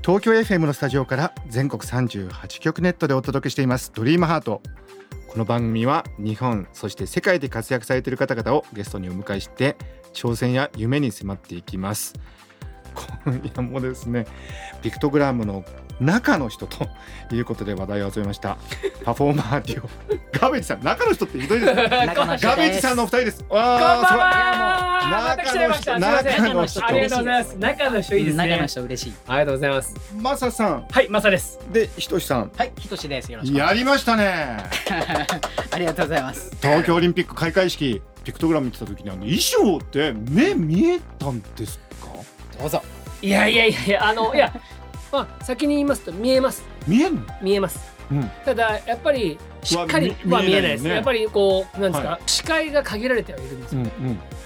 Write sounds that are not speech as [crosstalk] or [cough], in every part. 東京 FM のスタジオから全国38局ネットでお届けしていますドリームハートこの番組は日本そして世界で活躍されている方々をゲストにお迎えして挑戦や夢に迫っていきます今夜もですねピクトグラムの中の人ということで話題を集めましたパフォーマーデュオガベジさん中の人ってひどいですね中野ガベジさんのお二人ですこんばんわは。また来ちゃいました。すみません。中あの人りがとうございます。中の人いいですね。中の人嬉しい。ありがとうございます。ーマサさんはい、マサです。でひとしさんはい、ひとしです。よろしく。やりましたねありがとうございます。東京オリンピック開会式ピクトグラム見てた時にあの衣装って目見えたんですかどうぞ。いやいやいやいや、あの、いや、まあ、先に言いますと、見えます。見えんの見えます。うんただ、やっぱり、しっかりわは見見えなえないよいねですね。やっぱり、こう、なんですはか、視界が限られてはいるんですよ。ん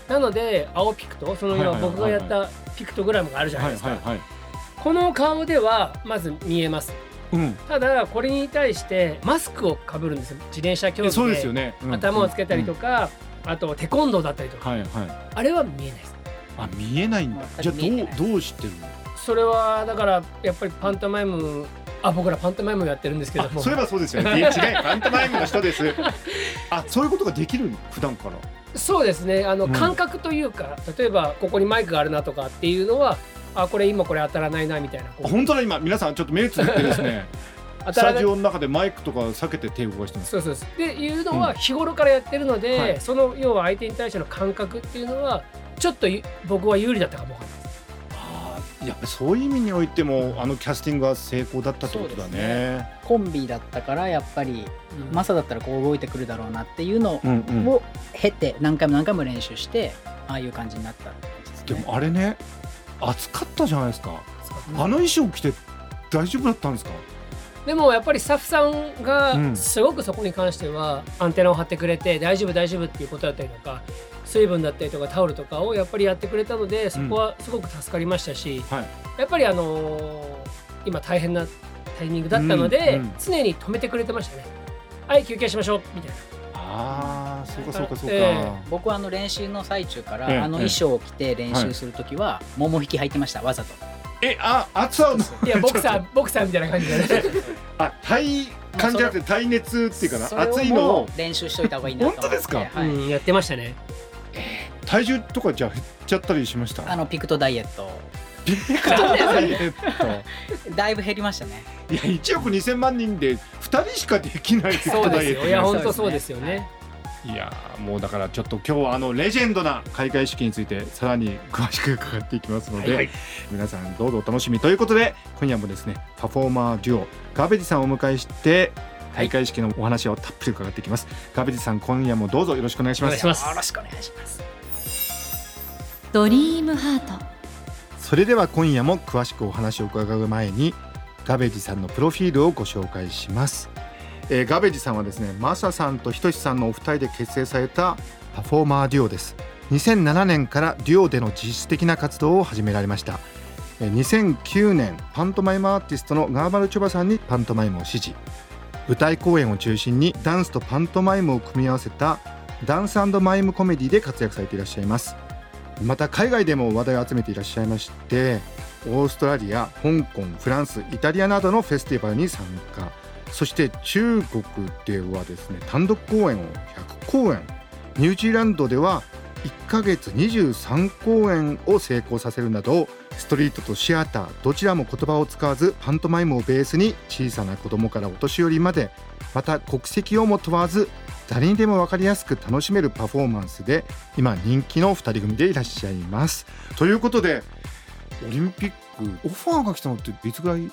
なので、青ピクト、そのはいは今いはいはい僕がやったピクトグラムがあるじゃないはいですはいか。はいこの顔では、まず見えます。うんただ、これに対して、マスクをかぶるんですよ。自転車競技えで。そうですよねうん頭をつけたりとか、あとテコンドーだったりとうんか、はいはいあれは見えないですあ見えないんだじゃ全あく見えてないどうどうしてるのそれはだからやっぱりパントマイムあ僕らパントマイムやってるんですけどもあそういえばそうですよ [laughs] ねいや違いパントマイムの人です [laughs] あそういうことができるの普段からそうですねあの、うん感覚というか例えばここにマイクがあるなとかっていうのはあこれ今これ当たらないなみたいなこあう本当だ今皆さんちょっと目つぶってです [laughs] ね当スたらタなジいオの中でマイクとか避けて手を動かしてますそうそうそうっていうのうは日頃からやってるので、はいその要は相手に対しての感覚っていうのはちょっとゆ僕は有利だったかもわかんないですあーやっぱそういう意味においてもあのキャスティングは成功だったってことだそうですねコンビだったから、やっぱり、うんマサだったらこう動いてくるだろうなっていうのうんうんを経て、何回も何回も練習して、ああいう感じになったって感じですでね、もあれね暑かったじゃないですか、うんあの衣装着て大丈夫だったんですかでもやっぱりスタッフさんうんがすごくそこに関してはアンテナを張ってくれて大丈夫大丈夫っていうことだったりとか水分だったりとかタオルとかをやっぱりやってくれたのでそこはすごく助かりましたし、はいやっぱりあのー今大変なタイミングだったので、うんうん常に止めてくれてましたねはい休憩しましょうみたいなああそうかそうかそうか、え僕はあの練習の最中から、ええあの衣装を着て練習するときは、桃引き履いてました、わざと。えあ暑さのいやボクサちょっーボクサーみたいな感じでねとあ体感じゃなくて耐熱っていうかそなれを暑いのもをう練習しといた方がいいなと思って。本当ですかはいうん、やってましたね体重とかじゃあ減っちゃったりしましたあのピクトダイエットびっくりダイエッだいぶ減りましたねトいや1億2000万人で2人しかできないことそうダイですエットよいやほん本当そうですよねいやーもうだからちょっと今日はあのレジェンドな開会式についてさらに詳しく伺っていきますので、はいはい皆さんどうぞお楽しみということで今夜もですねパフォーマーデュオガベジさんをお迎えして開会式のお話をたっぷり伺っていきます、ガベジさん今夜もどうぞよろしくお願いしおま願いすしますろしくお願いしますドリームハートそれでは今夜も詳しくお話を伺う前にガベジさんのプロフィールをご紹介します、えーガベジさんはですねマサさんとひとしさんのお二人で結成されたパフォーマーデュオです2007年からデュオでの実質的な活動を始められましたえー2009年パントマイムアーティストのガーバルチョバさんにパントマイムを指示舞台公演を中心にダンスとパントマイムを組み合わせたダンスマイムコメディで活躍されていらっしゃいますまた海外でも話題を集めていらっしゃいましてオーストラリア香港フランスイタリアなどのフェスティバルに参加そして中国ではですね単独公演を100公演ニュージーランドでは1ヶ月23公演を成功させるなどストリートとシアターどちらも言葉を使わずパントマイムをベースに小さな子供からお年寄りまでまた国籍をも問わず誰にでも分かりやすく楽しめるパフォーマンスで今人気の2人組でいらっしゃいます。ということでオリンピックオファーが来たのっていつぐらい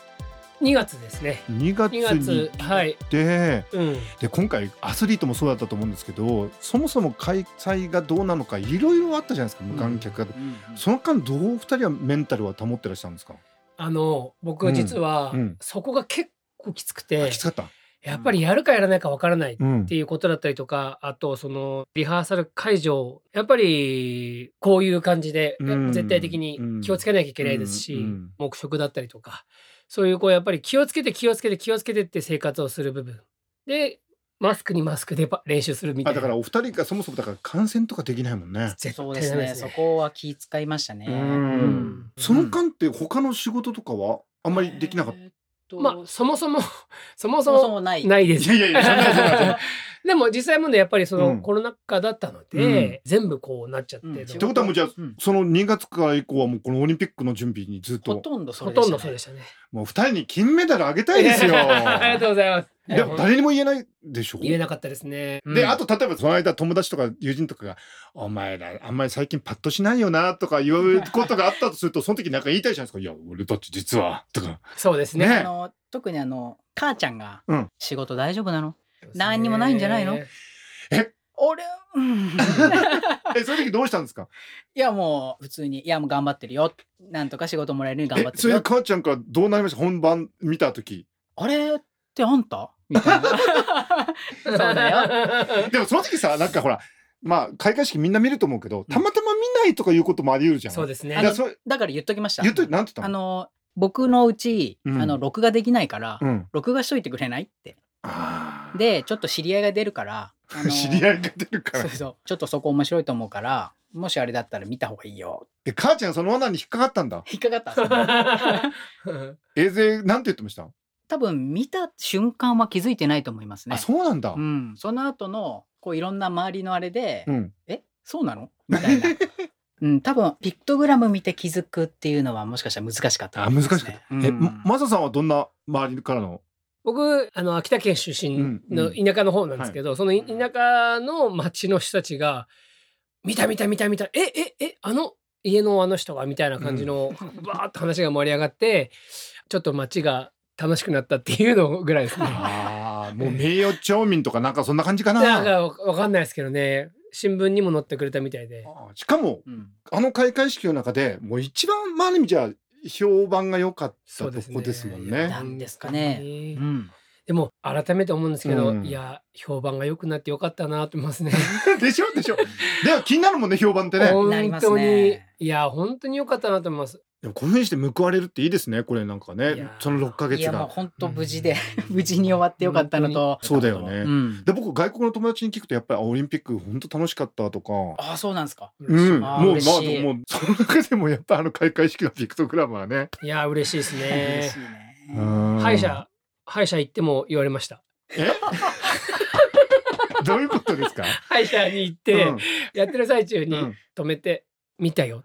2月ですね2月2に月はいでうんで今回アスリートもそうだったと思うんですけどそもそも開催がどうなのかいろいろあったじゃないですか無観客が、その間どうお二人はメンタルは保ってらっしゃるんですかあの僕実はうんうんそこが結構きつくて、あきつかった。やっぱりやるかやらないかわからないっうんていうことだったりとかあとそのリハーサル会場やっぱりこういう感じでうん絶対的に気をつけなきゃいけないですし、うんうん黙食だったりとかそういうこうやっぱり気をつけて気をつけて気をつけてって生活をする部分でマスクにマスクでパ練習するみたあいなだからお二人がそもそもだから感染とかできないもんね。絶対そうですダメね。そこは気遣いましたね。ううんんその間って他の仕事とかはあんまりできなかっえーとまあそもそもそもそもそそももない。ないでた。いすやいやいやそんなことないそんなこでも実際問題やっぱりそうんのコロナ禍だったので、全部こうなっちゃって、うんとない。ってことはもうじゃあうんその2月から以降はもうこのオリンピックの準備にずっほととんどそほれでとしんたどねそうでしたね。もう二人に金メダルあげたいです [laughs] よ。ありがとうございます。でも誰にも言えないでしょ。言えなかったですね。で、あと例えばその間友達とか友人とかが「お前らあんまり最近パッとしないよな」とか言うことがあったとするとその時なんか言いたいじゃないですか「いや俺だって実は」とかそうですねね。あの特にあの母ちゃんがうん仕事大丈夫なの？何にもないんじゃないの俺うん [laughs] えそういう時どうしたんですかいやもう普通にいやもう頑張ってるよ。なんとか仕事もらえるように頑張っえてそるれでよ。母ちゃんからどうなりました本番見た時あれってあんた？みたい [laughs] な。 [laughs] そうだよ。よ。でもその時さなんかほらまあ開会式みんな見ると思うけどたまたま見ないとかいうこともあり得るじゃんそうですだからね。それだから言っときました。言っといてなんて言あったのの僕のうち、うんあの録画できないから、うん録画しといてくれないって。あでちょっと知り合いが出るから。あーの [laughs] 知り合いが出るかそらうそうちょっとそこ面白いと思うからもしあれだったら見た方がいいよで母ちゃんその罠に引っかかったんだ引っかかったんですよ [laughs] えぜなんて言ってました、多分見た瞬間は気づいてないと思いますねあそうなんだ、うん、その後のこういろんな周りのあれで、うんえそうなの [laughs] みたいな、うん、多分ピクトグラム見て気づくっていうのはもしかしたら難しかったあと思難いしまかっすたね、えうんまマサさんはどんな周りからの僕あの秋田県出身の田舎の方なんですけど、その田舎の町の人たちが見た見た見た見たえええあの家のあの人がみたいな感じの、バーっと話が盛り上がってちょっと町が楽しくなったっていうのぐらいですね。ああもう名誉町民とかなんかそんな感じかなんなかわわかんないですけどね新聞にも載ってくれたみたいであーしかもうんあの開会式の中でもう一番まあある意味じゃ評判が良かったそうとですねこですもんいねや。なんですかねう本当にんでも改めて思うんですけど、うんいや評判が良くなってよかったなと思いますね [laughs] でしょでしょ。では気になるもんね評判ってね。本なりま当すに、ねいや本当に良かったなと思いますでもこういうふうにして報われるっていいですねこれなんかいねやーその6ヶい月やもが。う本当無事 [laughs] で無事に終わってよかったのとそうだよねうん、で僕外国の友達に聞くとやっぱりあオリンピック本当楽しかったとか。ああそうなんですかうん、あもーうまあ嬉しいもうその中でもやっぱあの開会式のピクトグラムはね。いや嬉しいです嬉ねしいね、歯歯医者歯医者行っても言われましたえどういうことですか、歯医者に行って、うんやってる最中にうん止めて、見たよ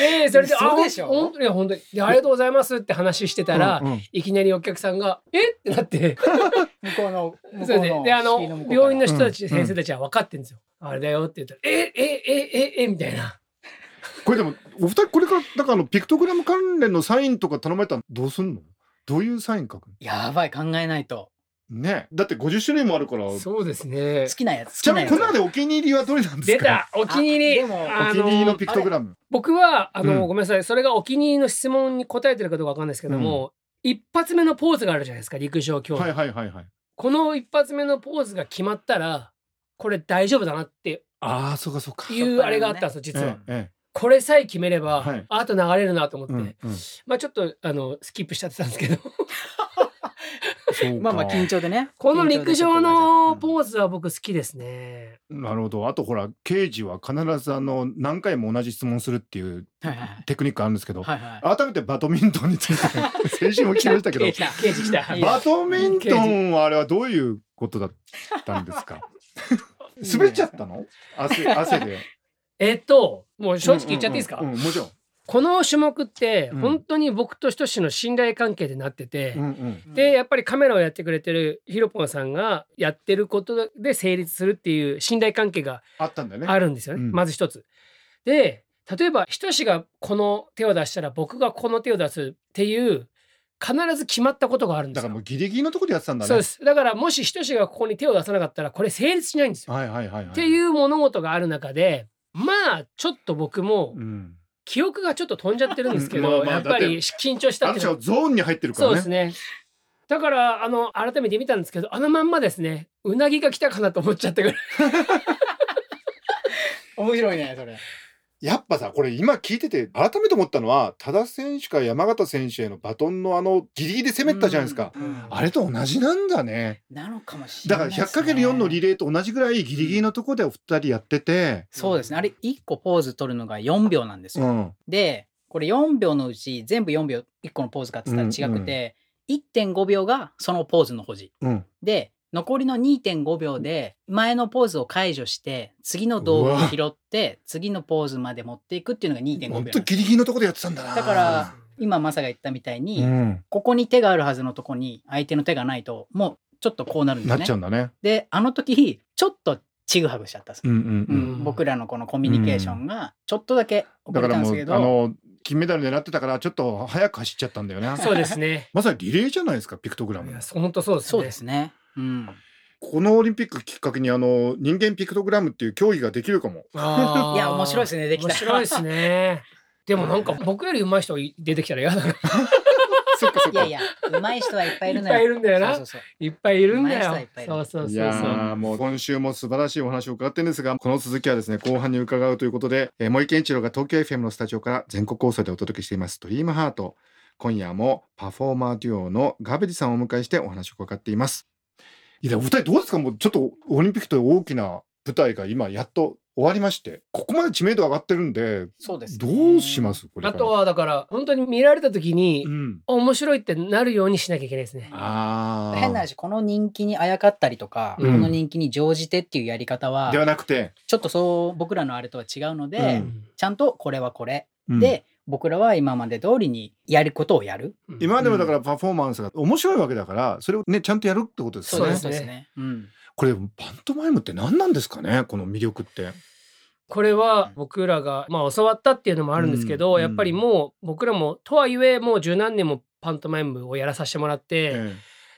ええそれで「あ嘘でしょほん本当に本当にでありがとうございます」って話してたら、うんうんいきなりお客さんが「えっ?」てなって向こうの向そこううでのであの敷居向こうから病院の人たち、うん先生たちは分かってんですよ、あれだよって言ったら「ええええええみたいなこれでもお二人これからだからあのピクトグラム関連のサインとか頼まれたらどうすんのどういうサイン書くやばい考えないとのねだって50種類もあるからそうですね好きなやつちな好みにきなやこつの中でお気に入りはどれなんです出かたお気に入りあでもあお気に入りののピクトグラム僕はあの、うんごめんなさいそれがお気に入りの質問に答えてるかどうか分かんないですけども、一発目のポーズがあるじゃないですか陸上競技、はいはいはいはいこの一発目のポーズが決まったらこれ大丈夫だなってああそうかそうかいそっうからあれがあったんですよ実は、ええこれさえ決めれば、はいあと流れるなと思っええて、うんうんまあちょっとあのスキップしちゃってたんですけど [laughs] そうかまあまあ緊張でねこの陸上のポーーズは僕好きですね。なるほどあとほら刑事は必ずあの何回も同じ質問するっていうはいはいテクニックあるんですけど、はいはい改めてバドミントンについ [laughs] て先週も聞きましたけど来た刑事来た。いいねバドミントンはあれはどういうことだったんですか滑っちゃった [laughs] の汗汗でえっと、もう正直言っちゃっていいですか、うんうんうんもちろん、この種目ってうん本当に僕とトシの信頼関係でなってて、うんうんで、やっぱりカメラをやってくれてるヒロポンさんがやってることで成立するっていう信頼関係があったんだよねあるんですよね。うんまず一つ。で、例えば、ひとしがこの手を出したら僕がこの手を出すっていう、必ず決まったことがあるんでだすからよ。もうギリギリのところでやってたんだねそうです。だから、もしひとしがここに手を出さなかったら、これ成立しないんですよ。はいはいはい、はい、っていう物事がある中でまあちょっと僕もうん、記憶がちょっと飛んじゃってるんですけ [laughs] まあど、まあやっぱり緊張したあんのでし人ょはゾーンに入ってるかそうらでねすね。だから、あの、改めて見たんですけど、あのまんまですね、うなぎが来たかなと思っちゃったぐらい。面白いねそれやっぱさこれ今聞いてて改めて思ったのは多田選手から山形選手へのバトンのあのギリギリで攻めてたじゃないですか、うんうんあれと同じなんだねなのかもしれだなかいらですね 100×4 のリレーと同じぐらいギリギリのとこでお二人やっててそうですねあれ1個ポーズ取るのが4秒なんですうよ、んでこれ4秒のうち全部4秒1個のポーズかって言ったら違くて、1.5秒がそのポーズの保持うんで残りの2.5秒で前のポーズを解除して次の道具を拾って次のポーズまで持っていくっていうのが2.5秒なほんんでとすギリギリのとこでやってたんだなだから今マサが言ったみたいに、うんここに手があるはずのとこに相手の手がないともうちょっとこうなるんでなすっちゃうね。んだねであの時ちょっとちぐはぐしちゃったんですうよ、んうんううんん僕らのこのコミュニケーションがちょっとだけ遅だかれらたんでもすうけあど、の金メダル狙ってたからちょっと早く走っちゃったんだよねそうですね。まさにリレーじゃないですかピクトグラ [laughs] いムや本当そうですね。そうですね。うん、このオリンピックきっかけにあの人間ピクトグラムっていう競技ができるかもあーいや面白いですねできた面白 [laughs] いですね。でもなんか僕より上手い人が出てきたら嫌だな。そっかそっいかやいや上手い人はいっぱいいるいっのぱいいよ。るんだそよなう。そういっぱいいるん上手だい人はいよっぱい。いるそうそういそうやそう。ーもう今週も素晴らしいお話を伺ってるんですがこの続きはですね後半に伺うということで、えー、森健一郎が東京 FM のスタジオから全国放送でお届けしています「ドリームハート今夜もパフォーマーデュオのガベジさんをお迎えしてお話を伺っていますいやお二人どうですかもうちょっとオリンピックという大きな舞台が今やっと終わりましてここまで知名度上がってるんでそうです、。どうしますすこれあからとはだから本当に見られた時にうん、面白いってなるようにしなきゃいけないですね。あー変な話この人気にあやかったりとか、うんこの人気に乗じてっていうやり方はではなくて、ちょっとそう僕らのあれとは違うので、うんちゃんとこれはこれうんで、僕らは今まで通りにやることをやる。うん今までもだからパフォーマンスが面白いわけだからそれをねちゃんとやるってことですそうよねですねうん、これパントマイムって何なんですかねこの魅力って。これは僕らが、まあ、教わったっていうのもあるんですけど、うんやっぱりもう僕らもとはいえもう十何年もパントマイムをやらさせてもらって、え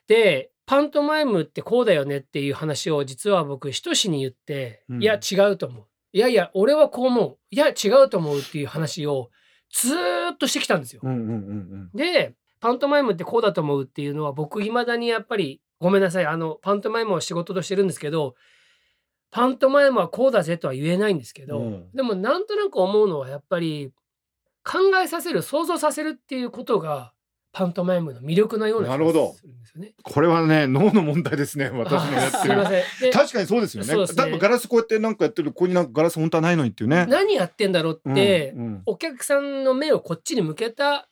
でパントマイムってこうだよねっていう話を実は僕ひとしに言って、うんいや違うと思ういやいや俺はこう思ういや違うと思うっていう話をずーっとしてきたんですよえ。うんうんうんでパントマイムってこうだと思うっていうのは僕いまだにやっぱりごめんなさいあのパントマイムを仕事としてるんですけどパントマイムはこうだぜとは言えないんですけど、うんでもなんとなく思うのはやっぱり考えさせる想像させるっていうことがパントマイムの魅力なような気なるほがどするんですよね。これはね脳の問題です [laughs] ね私のやあってすいまる。せんで確かにそうですよねそうですね多分ガラスこうやってなんかやってるここになんかガラス本当はないのにっていうね。何やってんだろうって、うんうんお客さんの目をこっちに向けた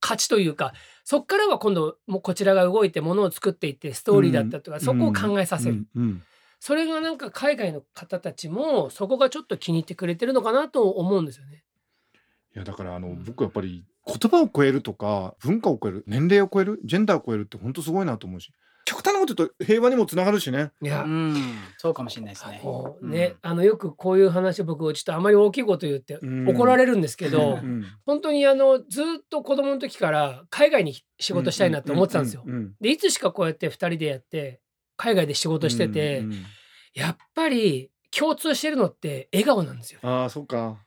勝ちというかそっからは今度もうこちらが動いてものを作っていってストーリーだったとか、そこを考えさせる、うんうんそれがなんか海外の方たちもそこがちょっと気に入ってくれてるのかなと思うんですよね。いやだからあの僕やっぱり言葉を超えるとか文化を超える年齢を超えるジェンダーを超えるって本当すごいなと思うし極端なこと言うと平和にもつながるしね。いや、うんそうかもしれないですね。こううんね、あのよくこういう話僕ちょっとあまり大きいこと言ってうん怒られるんですけど、 [laughs] うん本当にあのずっと子供の時から海外に仕事したいなって思ってたんですよう。んでいつしかこうやって2人でやって海外で仕事してて、うんうんやっぱり共通してるのって笑顔なんですよ。ああそうか。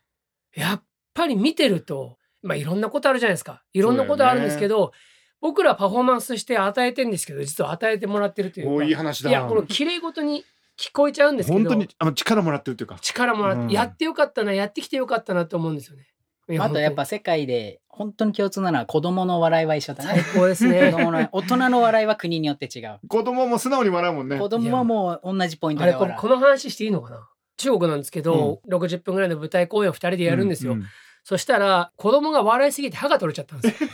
やっぱり見てると、まあ、いろんなことあるじゃないですかいろんなことあるんですけど、僕らパフォーマンスして与えてんですけど実は与えてもらってるというかおーいい話だ。いやこの綺麗事に聞こえちゃうんですけど本当にあの力もらってるというか。力もらって、うんやってよかったなやってきてよかったなと思うんですよね。いあとやっぱ世界で本当に共通なのは子供の笑いは一緒だ最ね。高です子ね。供の大人の笑いは国によって違う。子供も素直に笑うもんね。子供はもう同じポイントあれでこ笑この話していいのかな中国なんですけど、60分ぐらいの舞台公演を2人でやるんですよ、ううそしたら子供が笑いすぎて歯が取れちゃったんですよ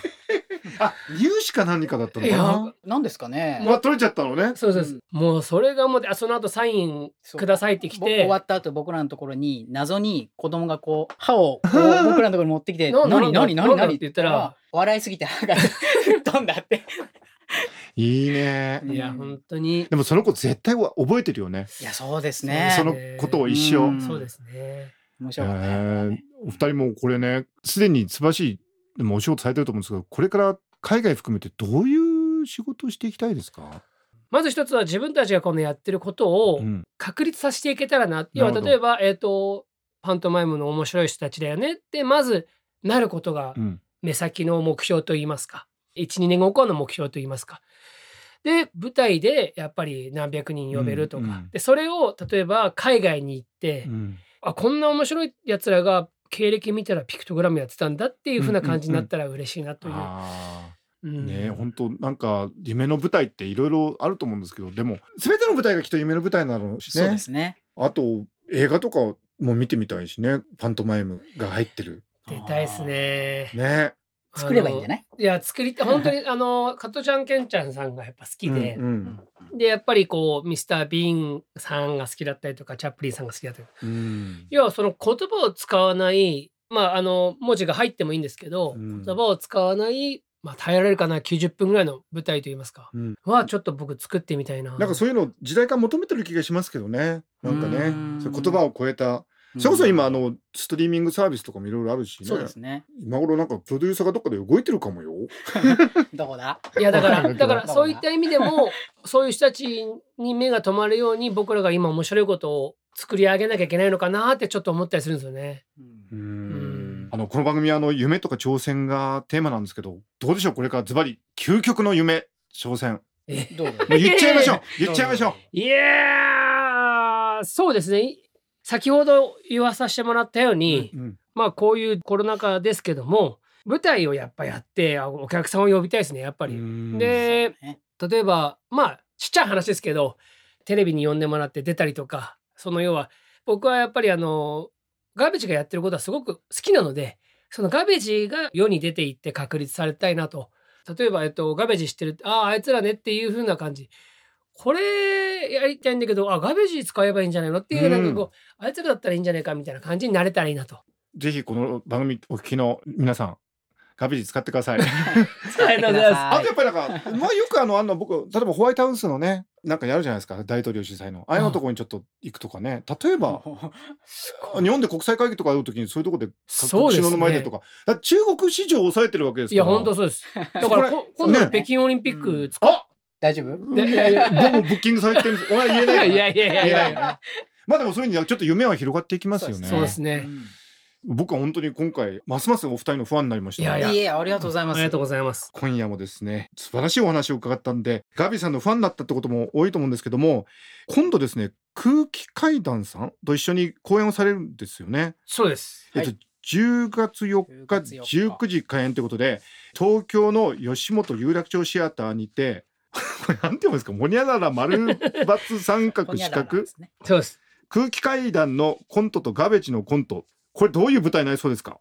あ、乳歯か何かだったのいかやな。う。なんですかね。まあ取れちゃったのね。そうそうそう、もうそれがもうあその後サインくださいってきぼて終わった後僕らのところに謎に子供がこう歯をこ [laughs] う僕らのところに持ってきて「な何なんだ何何なんだ何?」って言ったら笑いすぎて歯が吹っ飛んだっていいね。いやうん本当にでもその子絶対は覚えてるよね。いやそうですえねそのことを一う生ん。そうですね面え白かったね、ーお二人もこれね、すでに素晴らしいでもお仕事されてると思うんですけど、これから海外含めてどういう仕事をしていきたいですか。まず一つは自分たちがこのやってることをうん確立させていけたらな、な要るはほど例えばえっ、とパントマイムの面白い人たちだよねってまずなることがうん目先の目標といいますか12年後の目標といいますかで舞台でやっぱり何百人呼べるとか、うんうんでそれを例えば海外に行って、うんあこんな面白いやつらが経歴見たらピクトグラムやってたんだっていう風な感じになったら嬉しいなという。あうーんね本当なんか夢の舞台っていろいろあると思うんですけどでも全ての舞台がきっと夢の舞台なのしそうねですね。あと映画とかも見てみたいしねパントマイムが入ってる出たいですね。ね。作ればいいんじゃないないいや作りたい本当にあの加トちゃんケンちゃんさんがやっぱ好きで、うんうんでやっぱりこうミスター・ビーンさんが好きだったりとかチャップリンさんが好きだったりうん要はその言葉を使わないまああの文字が入ってもいいんですけど、うん言葉を使わないまあ耐えられるかな90分ぐらいの舞台といいますかうんはちょっと僕作ってみたいな。なんかそういうの時代から求めてる気がしますけどね。なんかうね、んそういう言葉を超えた。うんそれこそ今あのストリーミングサービスとかもいろいろあるしねそうですね。今頃なんかプロデューサーがどっかで動いてるかもよ。どこだいやだかわから [laughs] らんけだどからそういった意味でもそういう人たちに目が止まるように僕らが今面白いことを作り上げなきゃいけないのかなってちょっと思ったりするんですよね。うんんあのこの番組はあの夢とか挑戦がテーマなんですけど、どうでしょうこれからズバリ究極の夢挑 [laughs] 戦。どうだもう言っちゃいましょう。え言っちゃいましょいやーそうですねい先ほど言わさせてもらったようう。に、うんまあこういうコロナ禍ですけども舞台をやっぱやってあお客さんを呼びたいですねやっぱり。うんでね例えばまあちっちゃい話ですけどテレビに呼んでもらって出たりとかその要は僕はやっぱりあのガーベージがやってることはすごく好きなのでそのガーベージが世に出ていって確立されたいなと例えば、えっと、ガーベージ知ってるあああいつらねっていう風な感じこれやりたいんだけどあガーベージ使えばいいんじゃないのっていう、うんなんかこうあいつらだったらいいんじゃないかみたいな感じになれたらいいなと。ぜひこの番組お聞きの皆さん、ガビジ使ってくださ [laughs] い。使ってくださあとやっぱりなんか、まあよくあの、あの僕、例えばホワイトハウスのね、なんかやるじゃないですか、大統領主催の。ああいうのとこにちょっと行くとかね、例えば、日本で国際会議とかあるときにそういうとこで、そうです首ね脳の前でとか。だから中国市場を抑えてるわけですいから。や本当そう [laughs] です。だからこ今度ねは北京オリンピック使あ大丈夫いやいや、僕もブッキングされてるんです。俺は言えいなやいかいら。やいやいやいや言えないからまあでもそういうふうにちょっと夢は広がっていきますよね。そうですね。僕は本当に今回、ますますお二人のファンになりました。いやいやいいえ、ありがとうございあまりがすとう。ございます。今夜もですね素晴らしいお話を伺ったんでガビさんのファンだったってことも多いと思うんですけども今度ですね空気階段さんと一緒に公演をされるんですよね、そうです。はいえっと10月4 10日月4 19時開演ということで東京の吉本有楽町シアターにて [laughs] これなんて読むんですかほにゃらら丸×三角四角そう [laughs] です。空気階段のコントとガベチのコントこれどういう舞台になりそうですか、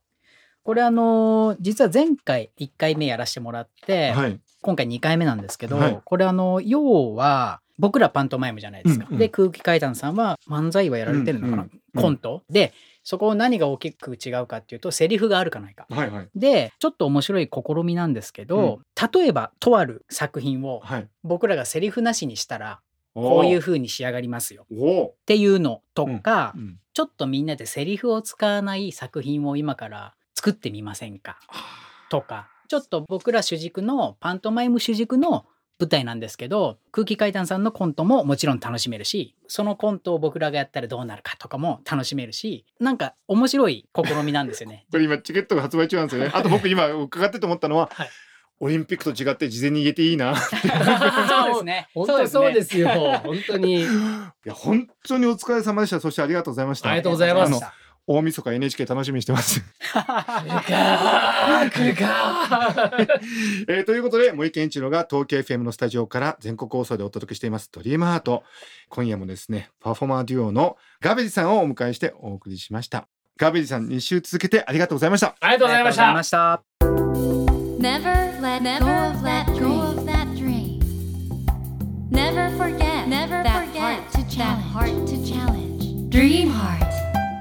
これあのー実は前回1回目やらせてもらって、はい、今回2回目なんですけど、はいこれあの要は僕らパントマイムじゃないですか、うんうんで空気階段さんは漫才はやられてるのかな、うんうんコントでそこを何が大きく違うかっていうとセリフがあるかないかはいはいでちょっと面白い試みなんですけど、例えばとある作品をはい僕らがセリフなしにしたらここういう風に仕上がりますよっおおていうのとか、ー、うん。ちょっとみんなでセリフを使わない作品を今から作ってみませんかとかちょっと僕ら主軸のパントマイム主軸の舞台なんですけど空気階段さんのコントももちろん楽しめるしそのコントを僕らがやったらどうなるかとかも楽しめるしなんか面白い試みなんですよね [laughs] これ今チケットが発売中なん [laughs] ですよね。あと僕今伺ってと思ったのは、はいオリンピックと違って事前に言えていいな。いそうですね。本当にそうですね。すよ。本当に。や本当にお疲れ様でした。そしてありがとうございました。ありがとうございまあすの大晦日 NHK 楽しみにしてます。来るかー来るかー [laughs] えーということで森健一郎が東京 FM のスタジオから全国放送でお届けしています「ドリームハート今夜もですねパフォーマーデュオのガベジさんをお迎えしてお送りしました。ガベジさん2週続けてありがとうございました。ありがとうございましした。た。 Never let go of that dream. Never forget, that, heart to challenge. Dream heart.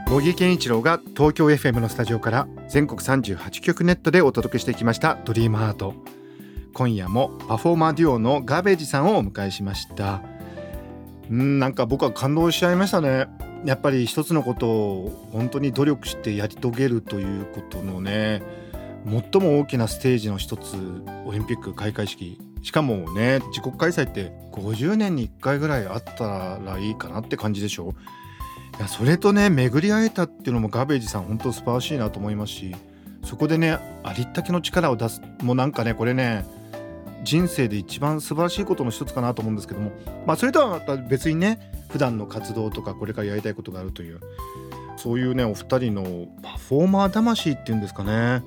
茂木健一郎が東京 FM のスタジオから全国38局ネットでお届けしてきました「ドリームハート今夜もパフォーマーデュオのガベージさんをお迎えしましたうんなんか僕は感動しちゃいましたねやっぱり一つのことを本当に努力してやり遂げるということのね最も大きなステージの一つオリンピック開会式しかもね自国開催って50年に1回ぐらいあったらいいかなって感じでしょいやそれとね巡り会えたっていうのもガベージさん本当素晴らしいなと思いますしそこでねありったけの力を出すもうなんかねこれね人生で一番素晴らしいことの一つかなと思うんですけども、まあ、それとはまた別にね普段の活動とかこれからやりたいことがあるというそういうねお二人のパフォーマー魂っていうんですかね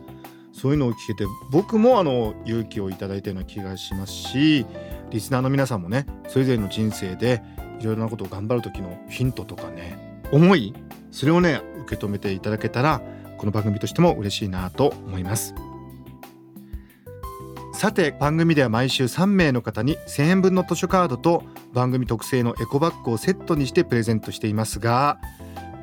そういうのを聞けて僕もあの勇気をいただいたような気がしますしリスナーの皆さんもねそれぞれの人生でいろいろなことを頑張る時のヒントとかね思いそれをね受け止めていただけたらこの番組としても嬉しいなと思いますさて番組では毎週3名の方に1000円分の図書カードと番組特製のエコバッグをセットにしてプレゼントしていますが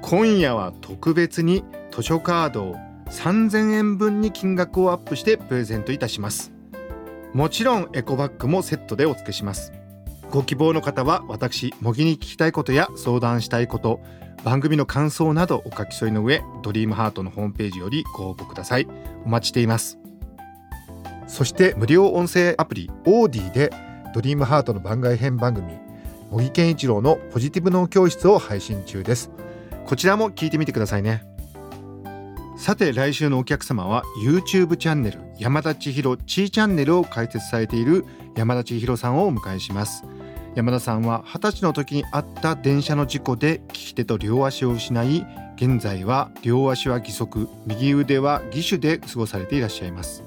今夜は特別に図書カードを3000円分に金額をアップしてプレゼントいたしますもちろんエコバッグもセットでお付けしますご希望の方は私茂木に聞きたいことや相談したいこと番組の感想などお書き添えの上ドリームハートのホームページよりご応募くださいお待ちしていますそして無料音声アプリオーディでドリームハートの番外編番組茂木健一郎のポジティブ脳教室を配信中ですこちらも聞いてみてくださいねさて来週のお客様は YouTube チャンネル山田千尋ちーチャンネルを開設されている山田千尋さんをお迎えします山田さんは20歳の時にあった電車の事故で利き手と両足を失い現在は両足は義足右腕は義手で過ごされていらっしゃいます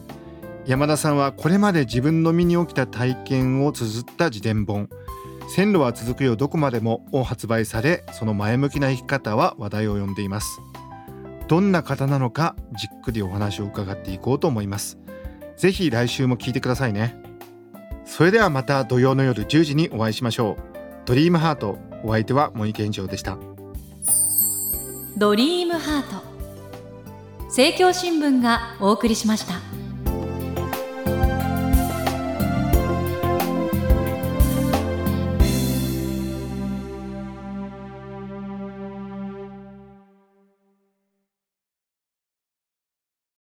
山田さんはこれまで自分の身に起きた体験を綴った自伝本「線路は続くよどこまでも」を発売されその前向きな生き方は話題を呼んでいますどんな方なのかじっくりお話を伺っていこうと思いますぜひ来週も聞いてくださいねそれではまた土曜の夜10時にお会いしましょうドリームハートお相手は森健二郎でしたドリームハート政教新聞がお送りしました。